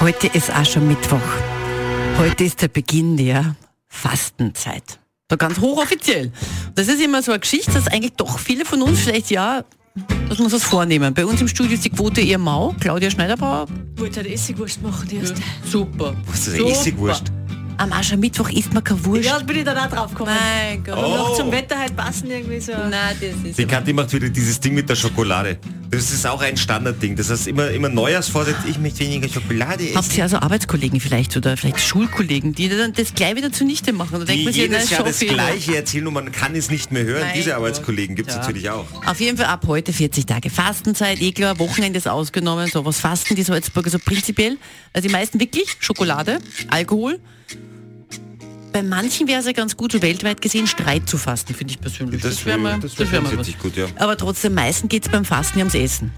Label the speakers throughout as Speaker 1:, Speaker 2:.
Speaker 1: Heute ist auch schon Mittwoch. Heute ist der Beginn der Fastenzeit. Da ganz hochoffiziell. Das ist immer so eine Geschichte, dass eigentlich doch viele von uns vielleicht ja, dass wir uns was vornehmen. Bei uns im Studio ist die Quote eher mau. Claudia Schneiderbauer.
Speaker 2: wollte halt Essigwurst machen erst.
Speaker 1: Super.
Speaker 3: Was ist
Speaker 1: Super.
Speaker 3: Essigwurst?
Speaker 1: Am Aschermittwoch isst man keine Wurst.
Speaker 2: Ja, bin ich dann auch drauf gekommen.
Speaker 1: Mein Gott.
Speaker 2: Und auch
Speaker 3: Oh.
Speaker 2: zum Wetter halt passen irgendwie so.
Speaker 1: Nein, das
Speaker 3: Die
Speaker 1: ist...
Speaker 3: Kathi macht wieder dieses Ding mit der Schokolade. Das ist auch ein Standardding. Das heißt, immer, immer Neujahrsvorsatz, ich möchte weniger Schokolade
Speaker 1: Habt
Speaker 3: essen.
Speaker 1: ihr also Arbeitskollegen vielleicht oder vielleicht Schulkollegen, die dann das gleich wieder zunichte machen? Oder
Speaker 3: Die
Speaker 1: denkt man sich,
Speaker 3: jedes
Speaker 1: na,
Speaker 3: Jahr
Speaker 1: schon
Speaker 3: das
Speaker 1: viel. ne?
Speaker 3: Gleiche erzählen und man kann es nicht mehr hören.
Speaker 1: Mein
Speaker 3: Diese
Speaker 1: Gott.
Speaker 3: Arbeitskollegen gibt es
Speaker 1: Ja.
Speaker 3: natürlich auch.
Speaker 1: Auf jeden Fall ab heute 40 Tage Fastenzeit, eh klar, Wochenende ist ausgenommen, so was fasten die Salzburger so prinzipiell. Also die meisten wirklich Schokolade, Alkohol. Bei manchen wäre es ja ganz gut, so weltweit gesehen, Streit zu fasten, finde ich persönlich.
Speaker 3: Das
Speaker 1: wär
Speaker 3: wär-
Speaker 1: mal-
Speaker 3: das wär
Speaker 1: wär mal
Speaker 3: grundsätzlich
Speaker 1: was.
Speaker 3: gut, ja.
Speaker 1: Aber trotzdem, meisten geht es beim Fasten ja ums Essen.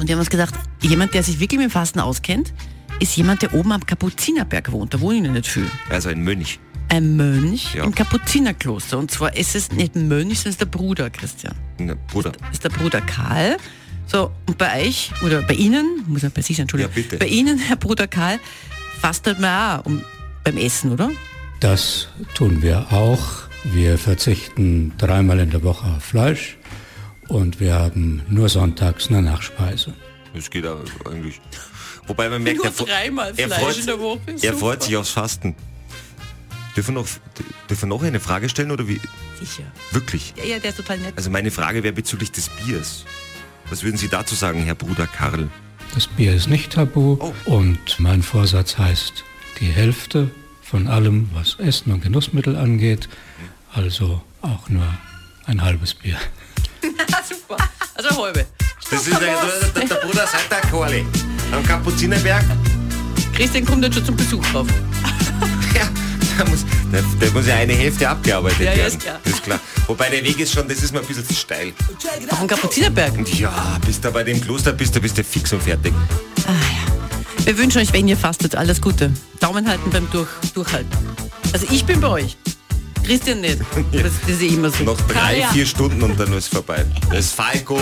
Speaker 1: Und wir haben uns gedacht, jemand, der sich wirklich mit dem Fasten auskennt, ist jemand, der oben am Kapuzinerberg wohnt. Da wohnen ja nicht viel
Speaker 3: Also ein Mönch.
Speaker 1: ein Mönch
Speaker 3: Ja.
Speaker 1: im Kapuzinerkloster. Und zwar ist es nicht ein Mönch, sondern es ist der Bruder, Christian.
Speaker 3: Na, Bruder.
Speaker 1: Das ist der Bruder Karl. So, und bei euch, oder bei Ihnen, muss man bei sich, Entschuldigung,
Speaker 3: Ja, bitte.
Speaker 1: bei Ihnen, Herr Bruder Karl, fastet man auch um, beim Essen, oder?
Speaker 4: Das tun wir auch. Wir verzichten dreimal in der Woche auf Fleisch und wir haben nur sonntags eine Nachspeise.
Speaker 3: Das geht auch eigentlich. Wobei man merkt,
Speaker 1: Nur
Speaker 3: er, fre-
Speaker 1: dreimal
Speaker 3: er,
Speaker 1: Fleisch
Speaker 3: freut,
Speaker 1: in der Woche.
Speaker 3: er
Speaker 1: Super.
Speaker 3: freut sich aufs Fasten. Dürfen wir noch, dürfen wir noch eine Frage stellen oder wie?
Speaker 1: Sicher.
Speaker 3: Wirklich?
Speaker 1: Ja, ja der ist total nett.
Speaker 3: Also meine Frage wäre bezüglich des Biers. Was würden Sie dazu sagen, Herr Bruder Karl?
Speaker 4: Das Bier ist nicht tabu
Speaker 3: Oh.
Speaker 4: und mein Vorsatz heißt die Hälfte von allem, was Essen und Genussmittel angeht, also auch nur ein halbes Bier.
Speaker 1: super. Also eine halbe.
Speaker 3: Das ist der, der, der Bruder Santa-Korle am Kapuzinerberg.
Speaker 1: Christian kommt jetzt schon zum Besuch drauf.
Speaker 3: Ja, da muss, da, da muss ja eine Hälfte abgearbeitet
Speaker 1: Ja, ja,
Speaker 3: werden.
Speaker 1: ist klar.
Speaker 3: Das ist klar. Wobei der Weg ist schon, das ist mal ein bisschen zu steil.
Speaker 1: Auf dem Kapuzinerberg.
Speaker 3: Und ja, bis da bei dem Kloster bist, da bist du fix und fertig.
Speaker 1: Wir wünschen euch, wenn ihr fastet, alles Gute. Daumen halten beim Durch Durchhalten. Also ich bin bei euch. Christian nicht. Das, das ist eh immer so.
Speaker 3: Noch drei,
Speaker 1: Karl, ja.
Speaker 3: vier Stunden und dann ist vorbei. Das ist Falco.